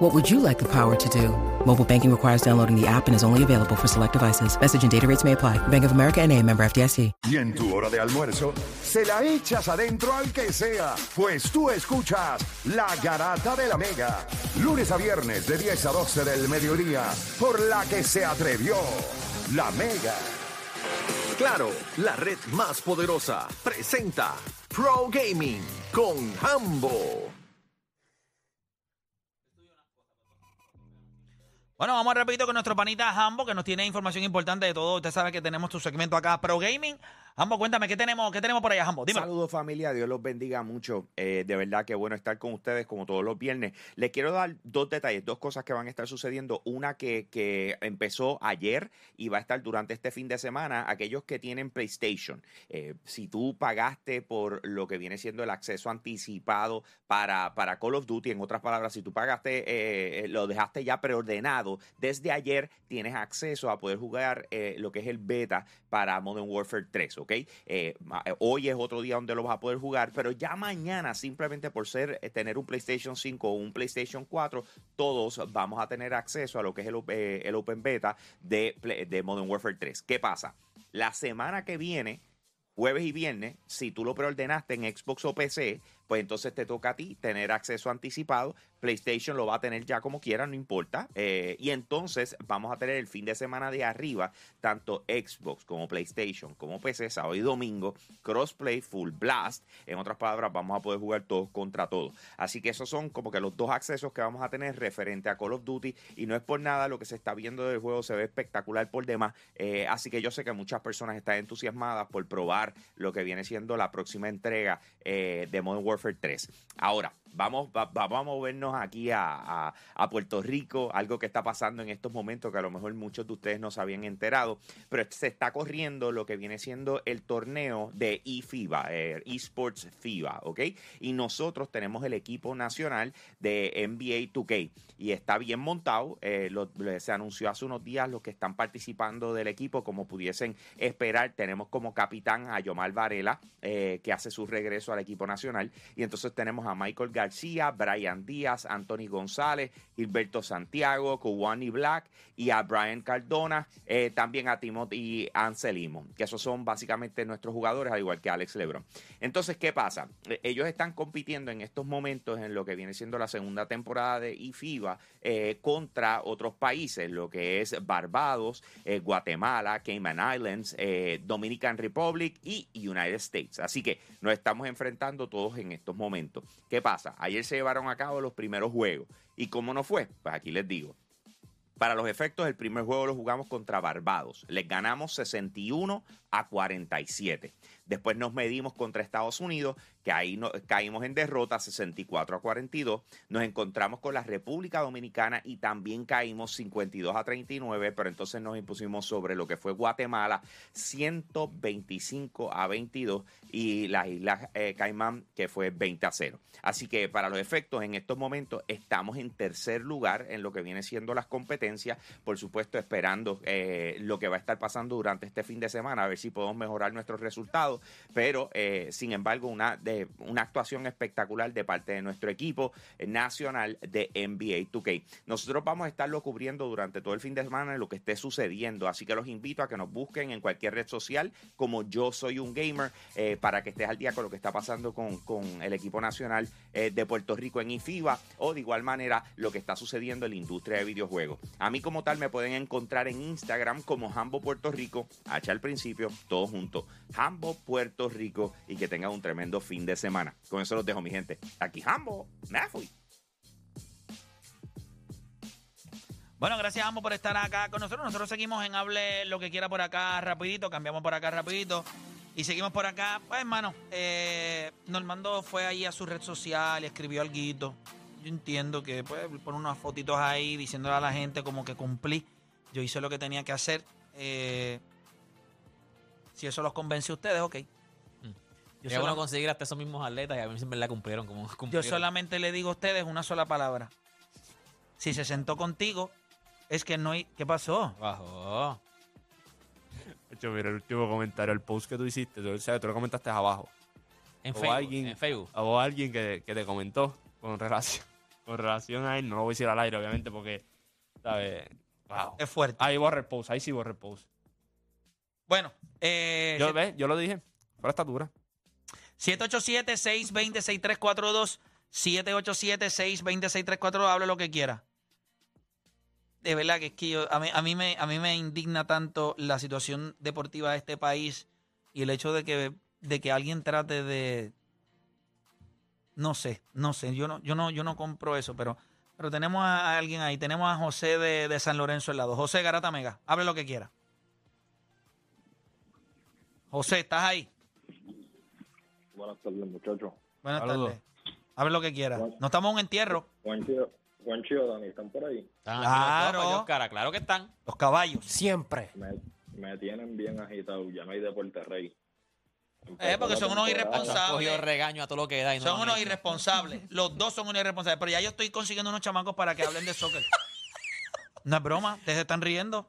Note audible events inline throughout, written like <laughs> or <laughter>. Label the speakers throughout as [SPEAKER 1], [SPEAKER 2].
[SPEAKER 1] What would you like the power to do? Mobile banking requires downloading the app and is only available for select devices. Message and data rates may apply. Bank of America and a member FDIC.
[SPEAKER 2] Y en tu hora de almuerzo, se la echas adentro al que sea, pues tú escuchas La Garata de la Mega, lunes a viernes de 10 a 12 del mediodía, por la que se atrevió La Mega.
[SPEAKER 3] Claro, la red más poderosa presenta Pro Gaming con Hambo.
[SPEAKER 4] Bueno, vamos rapidito con nuestro panita Hambo, que nos tiene información importante de todo. Usted sabe que tenemos tu segmento acá, Pro Gaming. Hambo, cuéntame, ¿qué tenemos, qué tenemos por allá, Hambo? Dímelo.
[SPEAKER 5] Saludos familia, Dios los bendiga mucho. Eh, de verdad que bueno estar con ustedes como todos los viernes. Les quiero dar dos detalles, dos cosas que van a estar sucediendo. Una que, que empezó ayer y va a estar durante este fin de semana. Aquellos que tienen PlayStation, eh, si tú pagaste por lo que viene siendo el acceso anticipado para, para Call of Duty, en otras palabras, si tú pagaste, eh, eh, lo dejaste ya preordenado, desde ayer tienes acceso a poder jugar eh, lo que es el beta para Modern Warfare 3, ¿ok? Eh, ma- eh, hoy es otro día donde lo vas a poder jugar, pero ya mañana, simplemente por ser eh, tener un PlayStation 5 o un PlayStation 4, todos vamos a tener acceso a lo que es el, op- eh, el Open Beta de, Play- de Modern Warfare 3. ¿Qué pasa? La semana que viene, jueves y viernes, si tú lo preordenaste en Xbox o PC, pues entonces te toca a ti tener acceso anticipado. PlayStation lo va a tener ya como quiera, no importa. Eh, y entonces vamos a tener el fin de semana de arriba, tanto Xbox como PlayStation como PC, sábado y domingo, crossplay, full blast. En otras palabras, vamos a poder jugar todos contra todos. Así que esos son como que los dos accesos que vamos a tener referente a Call of Duty. Y no es por nada, lo que se está viendo del juego se ve espectacular por demás. Eh, así que yo sé que muchas personas están entusiasmadas por probar lo que viene siendo la próxima entrega eh, de Modern Warfare 3. Ahora, vamos, va- va- vamos a movernos aquí a, a- a Puerto Rico, algo que está pasando en estos momentos que a lo mejor muchos de ustedes no se habían enterado, pero se está corriendo lo que viene siendo el torneo de eFIBA, eh, eSports FIBA, ¿ok? Y nosotros tenemos el equipo nacional de NBA 2K y está bien montado. eh, lo- lo- se anunció hace unos días los que están participando del equipo, como pudiesen esperar. Tenemos como capitán a Yomar Varela, eh, que hace su regreso al equipo nacional. Y entonces tenemos a Michael García, Brian Díaz, Anthony González, Gilberto Santiago, Kowani Black y a Brian Cardona, eh, también a Timothy Anselimo, que esos son básicamente nuestros jugadores, al igual que Alex Lebron. Entonces, ¿qué pasa? Eh, Ellos están compitiendo en estos momentos en lo que viene siendo la segunda temporada de IFIBA eh, contra otros países, lo que es Barbados, eh, Guatemala, Cayman Islands, eh, Dominican Republic y United States. Así que nos estamos enfrentando todos en estos momentos. ¿Qué pasa? Ayer se llevaron a cabo los primeros juegos. ¿Y cómo no fue? Pues aquí les digo. Para los efectos, el primer juego lo jugamos contra Barbados. Les ganamos 61 a 47. Después nos medimos contra Estados Unidos, que ahí no- caímos en derrota 64 a 42. Nos encontramos con la República Dominicana y también caímos 52 a 39, pero entonces nos impusimos sobre lo que fue Guatemala 125 a 22 y las Islas eh, Caimán, que fue 20 a 0. Así que para los efectos, en estos momentos estamos en tercer lugar en lo que viene siendo las competencias, por supuesto esperando eh, lo que va a estar pasando durante este fin de semana, a ver si podemos mejorar nuestros resultados, pero eh, sin embargo una, de, una actuación espectacular de parte de nuestro equipo nacional de NBA 2K. Nosotros vamos a estarlo cubriendo durante todo el fin de semana en lo que esté sucediendo, así que los invito a que nos busquen en cualquier red social como yo soy un gamer eh, para que estés al día con lo que está pasando con, con el equipo nacional eh, de Puerto Rico en IFIBA o de igual manera lo que está sucediendo en la industria de videojuegos. A mí como tal me pueden encontrar en Instagram como Hambo Puerto Rico, H al principio, todo junto, Hambo Puerto Rico y que tengan un tremendo fin de semana. Con eso los dejo mi gente. Aquí Hambo, me fui.
[SPEAKER 4] Bueno, gracias Hambo por estar acá con nosotros. Nosotros seguimos en Hable lo que quiera por acá rapidito, cambiamos por acá rapidito y seguimos por acá. Pues hermano, eh, Normando fue ahí a su red social, escribió algo. Yo entiendo que pues, pone unas fotitos ahí diciéndole a la gente como que cumplí. Yo hice lo que tenía que hacer. Eh, Si eso los convence a ustedes, ok. Yo,
[SPEAKER 6] Yo bueno
[SPEAKER 4] sola-
[SPEAKER 6] conseguir hasta esos mismos atletas y a mí siempre la cumplieron como
[SPEAKER 4] yo
[SPEAKER 6] cumplieron.
[SPEAKER 4] solamente le digo a ustedes una sola palabra. Si se sentó contigo, es que no hay... ¿Qué pasó?
[SPEAKER 6] Bajó.
[SPEAKER 7] Yo, mira el último comentario, el post que tú hiciste, tú, o sea, tú lo comentaste abajo.
[SPEAKER 6] En
[SPEAKER 7] O
[SPEAKER 6] Facebook.
[SPEAKER 7] alguien-
[SPEAKER 6] En Facebook.
[SPEAKER 7] O alguien que, que te comentó con relación, <laughs> con relación a él, no lo voy a decir al aire, obviamente, porque, ¿sabes? Wow.
[SPEAKER 4] Es fuerte.
[SPEAKER 7] Ahí borré el post, ahí sí borré el post.
[SPEAKER 4] Ah, Bueno, eh,
[SPEAKER 7] Yo, ¿ves? yo lo dije, fue la estatura.
[SPEAKER 4] 787-620-6342. 787-620-6342. Hable lo que quiera. De verdad que es que yo- a, mí, a mí me, a mí me indigna tanto la situación deportiva de este país y el hecho de que, de que alguien trate de. No sé, no sé. Yo no, yo no, yo no compro eso, pero, pero tenemos a, a alguien ahí. Tenemos a José de, de San Lorenzo al lado. José Garata Mega, hable lo que quiera. José, ¿estás ahí?
[SPEAKER 8] Buenas tardes, muchachos.
[SPEAKER 4] Buenas
[SPEAKER 7] Saludos.
[SPEAKER 4] tardes. Hable lo que quiera. No estamos en un entierro.
[SPEAKER 8] Juancho, Juancho, Dani, ¿están por ahí?
[SPEAKER 6] Están aquí los dos,
[SPEAKER 4] Claro.
[SPEAKER 6] rayos cara, claro que están.
[SPEAKER 4] Los caballos.
[SPEAKER 9] Siempre.
[SPEAKER 8] Me, me tienen bien agitado, ya no hay de Puerto Rey.
[SPEAKER 4] Eh, porque son unos irresponsables.
[SPEAKER 6] Han cogido regaño a todo lo que da. y no lo
[SPEAKER 4] Son
[SPEAKER 6] han
[SPEAKER 4] unos
[SPEAKER 6] hecho.
[SPEAKER 4] irresponsables. Los dos son unos irresponsables. Pero ya yo estoy consiguiendo unos chamacos para que hablen de soccer. No es broma. Ustedes se están riendo.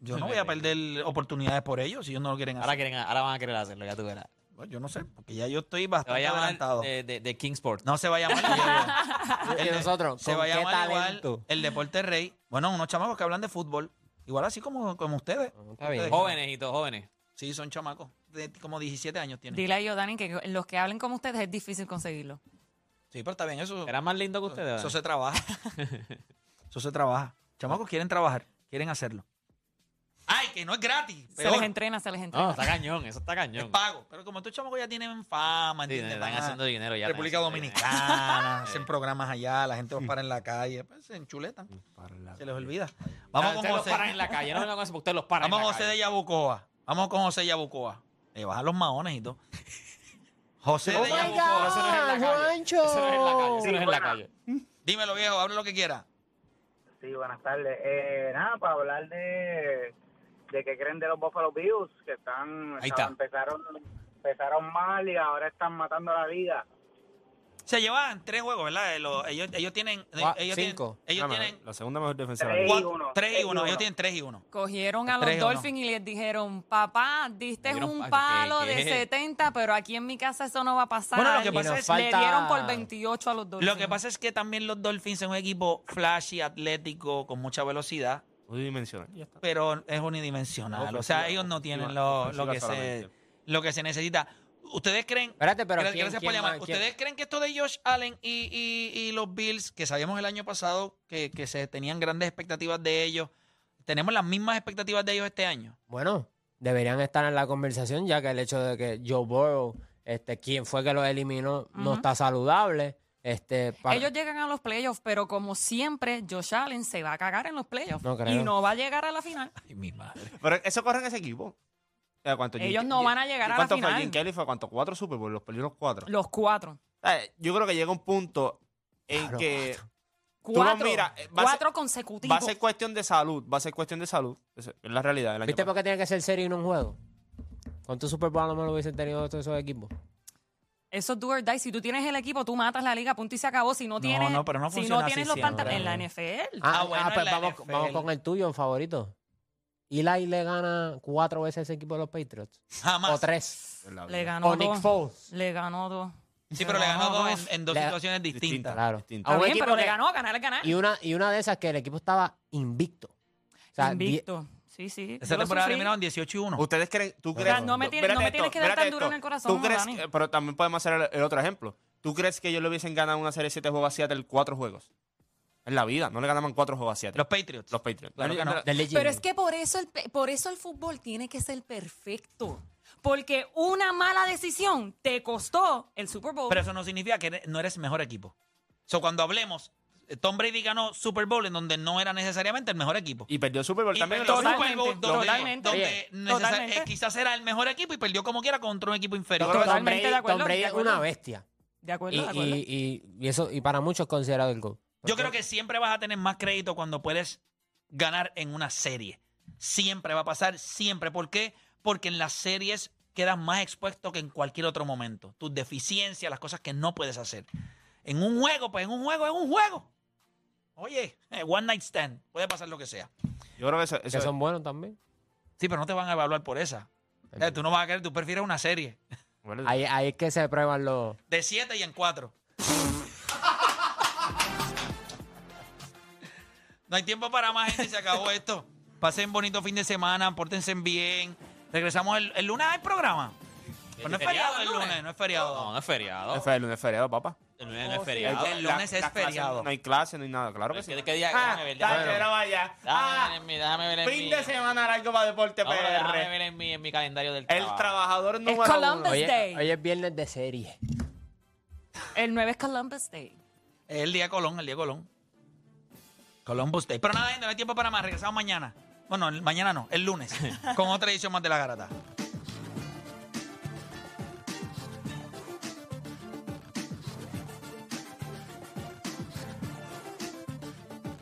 [SPEAKER 4] Yo
[SPEAKER 6] <laughs>
[SPEAKER 4] no voy a perder oportunidades por ellos si ellos no lo quieren
[SPEAKER 6] Ahora,
[SPEAKER 4] hacer.
[SPEAKER 6] quieren, ahora van a querer hacerlo, ya tú verás.
[SPEAKER 4] Bueno, yo no sé, porque ya yo estoy
[SPEAKER 6] Te va a
[SPEAKER 4] bastante adelantado.
[SPEAKER 6] llamar eh, de, de, de Kingsport.
[SPEAKER 4] No se va a
[SPEAKER 6] <laughs>
[SPEAKER 4] llamar.
[SPEAKER 9] Y
[SPEAKER 4] de-
[SPEAKER 9] nosotros,
[SPEAKER 4] se
[SPEAKER 9] ¿con
[SPEAKER 4] va a
[SPEAKER 9] qué
[SPEAKER 4] llamar igual
[SPEAKER 9] talento?
[SPEAKER 4] el deporte rey. Bueno, unos chamacos que hablan de fútbol. Igual así como, como ustedes.
[SPEAKER 9] Está bien.
[SPEAKER 6] Jóvenes y todos jóvenes.
[SPEAKER 4] Sí, son chamacos. De como 17 años tienen.
[SPEAKER 10] Dile a yo, Dani, que los que hablen como ustedes es difícil conseguirlo.
[SPEAKER 4] Sí, pero está bien, eso,
[SPEAKER 6] ¿Era más lindo que ustedes?
[SPEAKER 4] eso
[SPEAKER 6] Dani?
[SPEAKER 4] se trabaja.
[SPEAKER 6] <laughs>
[SPEAKER 4] Eso se trabaja. Chamacos quieren trabajar, quieren hacerlo. Ay, que no es gratis.
[SPEAKER 10] Se
[SPEAKER 4] peor,
[SPEAKER 10] les entrena, se les
[SPEAKER 6] No,
[SPEAKER 10] entrena.
[SPEAKER 6] está cañón, eso está
[SPEAKER 4] es
[SPEAKER 6] cañón.
[SPEAKER 4] pago. Pero como estos chamacos ya tienen fama,
[SPEAKER 6] Sí,
[SPEAKER 4] ¿entiendes?
[SPEAKER 6] están
[SPEAKER 4] Van a
[SPEAKER 6] haciendo dinero ya. están
[SPEAKER 4] República
[SPEAKER 6] haciendo dinero.
[SPEAKER 4] Dominicana, <laughs> hacen programas allá, la gente los para en la calle, pues, se enchuletan, se les olvida. Vamos
[SPEAKER 6] Ah,
[SPEAKER 4] con
[SPEAKER 6] ustedes los
[SPEAKER 4] José.
[SPEAKER 6] paran en la calle, no vengan con eso, porque ustedes los paran.
[SPEAKER 4] Vamos
[SPEAKER 6] en
[SPEAKER 4] a
[SPEAKER 6] la
[SPEAKER 4] José
[SPEAKER 6] calle.
[SPEAKER 4] de Yabucoa. Vamos con José de Yabucoa. Le bajan los maones y todo. José
[SPEAKER 9] Oh
[SPEAKER 4] de
[SPEAKER 9] my
[SPEAKER 4] Yabucoa.
[SPEAKER 6] Eso no es en la calle.
[SPEAKER 9] Juancho.
[SPEAKER 6] Eso no es en la calle. Eso no es en la calle.
[SPEAKER 4] Dímelo, viejo, hable lo que quiera.
[SPEAKER 11] Sí, buenas tardes. Eh, nada, para hablar de, de qué creen de los Buffalo Bills, que están,
[SPEAKER 6] Ahí está.
[SPEAKER 11] empezaron empezaron mal y ahora están matando la liga.
[SPEAKER 4] Se llevan tres juegos, ¿verdad? Eh, lo- ellos, ellos tienen. eh,
[SPEAKER 9] Cua-
[SPEAKER 4] ellos
[SPEAKER 9] cinco.
[SPEAKER 4] Tienen, ellos
[SPEAKER 7] Ah, mano,
[SPEAKER 4] tienen.
[SPEAKER 7] La segunda mejor defensa de la
[SPEAKER 11] Tres.
[SPEAKER 7] liga.
[SPEAKER 11] y
[SPEAKER 4] cuatro-
[SPEAKER 11] uno,
[SPEAKER 4] Tres y
[SPEAKER 11] tres y
[SPEAKER 4] uno. Ellos
[SPEAKER 11] uno.
[SPEAKER 4] tienen tres y uno.
[SPEAKER 10] Cogieron a los
[SPEAKER 4] Tres o no.
[SPEAKER 10] Dolphins y les dijeron, papá, diste
[SPEAKER 6] Dijeron,
[SPEAKER 10] Este un
[SPEAKER 6] "Pa-
[SPEAKER 10] palo
[SPEAKER 6] ¿qué,
[SPEAKER 10] de
[SPEAKER 6] qué?
[SPEAKER 10] 70, pero aquí en mi casa eso no va a pasar.
[SPEAKER 4] Bueno, lo que
[SPEAKER 10] Y
[SPEAKER 4] pasa
[SPEAKER 10] nos
[SPEAKER 4] es-
[SPEAKER 10] Le dieron
[SPEAKER 9] falta-
[SPEAKER 10] por 28 a los Dolphins.
[SPEAKER 4] Lo que pasa es que también los Dolphins son un equipo flashy, atlético, con mucha velocidad,
[SPEAKER 7] Unidimensional. Ya está.
[SPEAKER 4] pero es unidimensional.
[SPEAKER 7] No, pues
[SPEAKER 4] o sea,
[SPEAKER 7] ofensiva-
[SPEAKER 4] ellos no tienen
[SPEAKER 7] ofensiva-
[SPEAKER 4] lo,
[SPEAKER 7] ofensiva
[SPEAKER 4] lo que se,
[SPEAKER 7] pues solamente.
[SPEAKER 4] lo que se necesita. ¿Ustedes creen.?
[SPEAKER 9] Espérate, pero
[SPEAKER 4] Gra-
[SPEAKER 9] ¿quién,
[SPEAKER 4] gracias
[SPEAKER 9] quién
[SPEAKER 4] por llamar.
[SPEAKER 9] más- quién-
[SPEAKER 4] ¿Ustedes creen que esto de Josh Allen y, y- y los Bills, que sabíamos el año pasado que, que se tenían grandes expectativas de ellos, tenemos las mismas expectativas de ellos este año?
[SPEAKER 9] Bueno, deberían estar en la conversación ya que el hecho de que Joe Burrow, este, quien fue que lo eliminó, no
[SPEAKER 10] Ujú.
[SPEAKER 9] está saludable. Este, para-
[SPEAKER 10] Ellos llegan a los playoffs, pero como siempre, Josh Allen se va a cagar en los playoffs
[SPEAKER 9] No creo.
[SPEAKER 10] y no va a llegar a la
[SPEAKER 4] <laughs>
[SPEAKER 10] final.
[SPEAKER 4] Ay, mi madre.
[SPEAKER 7] Pero eso corre en ese equipo. O sea, ¿cuánto?
[SPEAKER 10] Ellos
[SPEAKER 7] Jim-
[SPEAKER 10] no
[SPEAKER 7] Jim-
[SPEAKER 10] van a llegar a la
[SPEAKER 7] ¿Cuánto fue?
[SPEAKER 10] final.
[SPEAKER 7] Jim Kelly fue cuánto? Cuatro Super Bowl, los perdió los cuatro.
[SPEAKER 10] Los cuatro.
[SPEAKER 7] Eh, Yo creo que llega un punto en
[SPEAKER 9] Claro,
[SPEAKER 7] que no
[SPEAKER 10] Cuatro.
[SPEAKER 7] miras, eh, va a
[SPEAKER 10] cuatro
[SPEAKER 7] ser-
[SPEAKER 10] consecutivos.
[SPEAKER 7] va a ser cuestión de salud, va a ser cuestión de salud. Esa Es la realidad. del año
[SPEAKER 9] ¿Viste por
[SPEAKER 7] pasado.
[SPEAKER 9] qué tiene que ser serio y no un juego? Con tu Super Bowl a lo mejor lo hubiesen tenido todos esos equipos.
[SPEAKER 10] Eso es do or die. Si tú tienes el equipo, tú matas la liga, punto y se acabó. Si no tienes,
[SPEAKER 4] no, pero no
[SPEAKER 10] si
[SPEAKER 4] funciona
[SPEAKER 10] no
[SPEAKER 4] así
[SPEAKER 10] tienes los
[SPEAKER 4] siempre.
[SPEAKER 10] pantalones en la NFL.
[SPEAKER 4] Ah,
[SPEAKER 9] Ah,
[SPEAKER 4] bueno,
[SPEAKER 9] ah,
[SPEAKER 4] en
[SPEAKER 9] pues
[SPEAKER 4] la
[SPEAKER 9] vamos,
[SPEAKER 4] NFL.
[SPEAKER 9] vamos con el tuyo, en favorito. Eli le gana cuatro veces a ese equipo de los Patriots.
[SPEAKER 4] Jamás.
[SPEAKER 9] O tres.
[SPEAKER 10] Le ganó
[SPEAKER 9] O Nick
[SPEAKER 10] dos.
[SPEAKER 9] Foles.
[SPEAKER 10] Le ganó dos.
[SPEAKER 4] Sí, pero le ganó dos en, en dos
[SPEAKER 9] Le-
[SPEAKER 4] situaciones distintas.
[SPEAKER 9] Claro.
[SPEAKER 7] Distinta.
[SPEAKER 9] A
[SPEAKER 10] Está
[SPEAKER 9] un
[SPEAKER 10] bien,
[SPEAKER 9] equipo
[SPEAKER 10] pero le
[SPEAKER 9] que-
[SPEAKER 10] ganó, ganar es ganar.
[SPEAKER 9] Y una, y una de esas que el equipo estaba invicto. O sea,
[SPEAKER 10] Invicto. Sí, sí.
[SPEAKER 4] Esa
[SPEAKER 10] Yo lo
[SPEAKER 4] temporada
[SPEAKER 10] sufrí.
[SPEAKER 4] terminaron 18 y 1.
[SPEAKER 7] ¿Ustedes creen? ¿Tú
[SPEAKER 9] Pero
[SPEAKER 7] crees?
[SPEAKER 10] no me tienes-
[SPEAKER 7] espérate
[SPEAKER 10] no me tienes que dar
[SPEAKER 7] espérate
[SPEAKER 10] tan duro en el corazón,
[SPEAKER 7] ¿Tú crees
[SPEAKER 10] Dani.
[SPEAKER 7] que- pero también podemos hacer el, el otro ejemplo. ¿Tú crees que ellos le hubiesen ganado una serie de 7 juegos a Seattle 4 juegos? En la vida, no le ganaban 4 juegos a Seattle.
[SPEAKER 4] Los
[SPEAKER 7] Los,
[SPEAKER 4] Patriots.
[SPEAKER 7] Patriots.
[SPEAKER 4] Claro que no.
[SPEAKER 9] di- del
[SPEAKER 10] Pero
[SPEAKER 9] Legend.
[SPEAKER 10] es que por eso, el, pe- por eso el fútbol tiene que ser perfecto. Porque una mala decisión te costó el Super Bowl.
[SPEAKER 4] Pero eso no significa que eres- no eres mejor equipo. So, cuando hablemos, eh, Tom Brady ganó Super Bowl en donde no era necesariamente el mejor equipo.
[SPEAKER 7] Y perdió el Super Bowl
[SPEAKER 4] Y
[SPEAKER 7] también.
[SPEAKER 4] perdió
[SPEAKER 7] los-
[SPEAKER 10] total-
[SPEAKER 4] Super Bowl donde,
[SPEAKER 10] Totalmente.
[SPEAKER 4] donde
[SPEAKER 10] Oye.
[SPEAKER 4] necesar-
[SPEAKER 10] Totalmente.
[SPEAKER 4] eh, quizás era el mejor equipo y perdió como quiera contra un equipo inferior.
[SPEAKER 9] Tom
[SPEAKER 10] Totalmente
[SPEAKER 9] Brady-
[SPEAKER 10] de acuerdo,
[SPEAKER 9] Tom Brady
[SPEAKER 10] de
[SPEAKER 9] es
[SPEAKER 10] acuerdo.
[SPEAKER 9] una bestia.
[SPEAKER 10] de acuerdo,
[SPEAKER 9] Y,
[SPEAKER 10] de acuerdo.
[SPEAKER 9] y- y- y eso, y para muchos es considerado el gol.
[SPEAKER 4] Yo creo que siempre vas a tener más crédito cuando puedes ganar en una serie. Siempre va a pasar, siempre. ¿Por qué? Porque en las series quedas más expuesto que en cualquier otro momento. Tus deficiencias, las cosas que no puedes hacer. En un juego, pues en un juego, es un juego. Oye, eh, one night stand, puede pasar lo que sea.
[SPEAKER 7] Yo creo que eso,
[SPEAKER 9] Que son buenos también.
[SPEAKER 4] Sí, pero no te van a evaluar por esa. Eh, tú no vas a querer, tú prefieres una serie
[SPEAKER 9] Ahí, ahí es que se prueban los.
[SPEAKER 4] de 7 y en 4. No hay tiempo para más, gente. Se acabó esto. Pasen bonito fin de semana, pórtense bien. Regresamos el, el lunes al programa.
[SPEAKER 6] Pues
[SPEAKER 4] Pero no es feriado el lunes, no es feriado.
[SPEAKER 6] No, no es feriado.
[SPEAKER 7] No es fe- el lunes es feriado, papá.
[SPEAKER 6] El lunes no es
[SPEAKER 7] Oh, sí.
[SPEAKER 6] feriado.
[SPEAKER 4] El lunes es
[SPEAKER 7] las clases
[SPEAKER 4] feriado.
[SPEAKER 7] No hay clase, no hay nada, claro que sí.
[SPEAKER 6] ¿Qué, qué día?
[SPEAKER 7] Ah,
[SPEAKER 6] déjame ver,
[SPEAKER 7] dale,
[SPEAKER 6] déjame ver.
[SPEAKER 7] era vaya.
[SPEAKER 6] Déjame
[SPEAKER 7] Ah,
[SPEAKER 6] ver en mi- déjame ver en
[SPEAKER 7] Fin
[SPEAKER 6] mi-
[SPEAKER 7] de semana largo para Deporte
[SPEAKER 6] Vamos, déjame
[SPEAKER 7] PR.
[SPEAKER 6] ver Ah. en mi, en mi calendario del
[SPEAKER 7] El
[SPEAKER 6] trabajo.
[SPEAKER 7] trabajador número
[SPEAKER 10] Columbus
[SPEAKER 7] uno.
[SPEAKER 10] Day.
[SPEAKER 9] Oye, hoy es viernes de serie.
[SPEAKER 10] El 9 es Columbus Day.
[SPEAKER 4] Es el día de Colón, el día de Colón. Columbus <laughs> Day. Pero nada, gente, no hay tiempo para más. Regresamos mañana. Bueno, el- mañana no, el lunes. con otra edición más de la garata.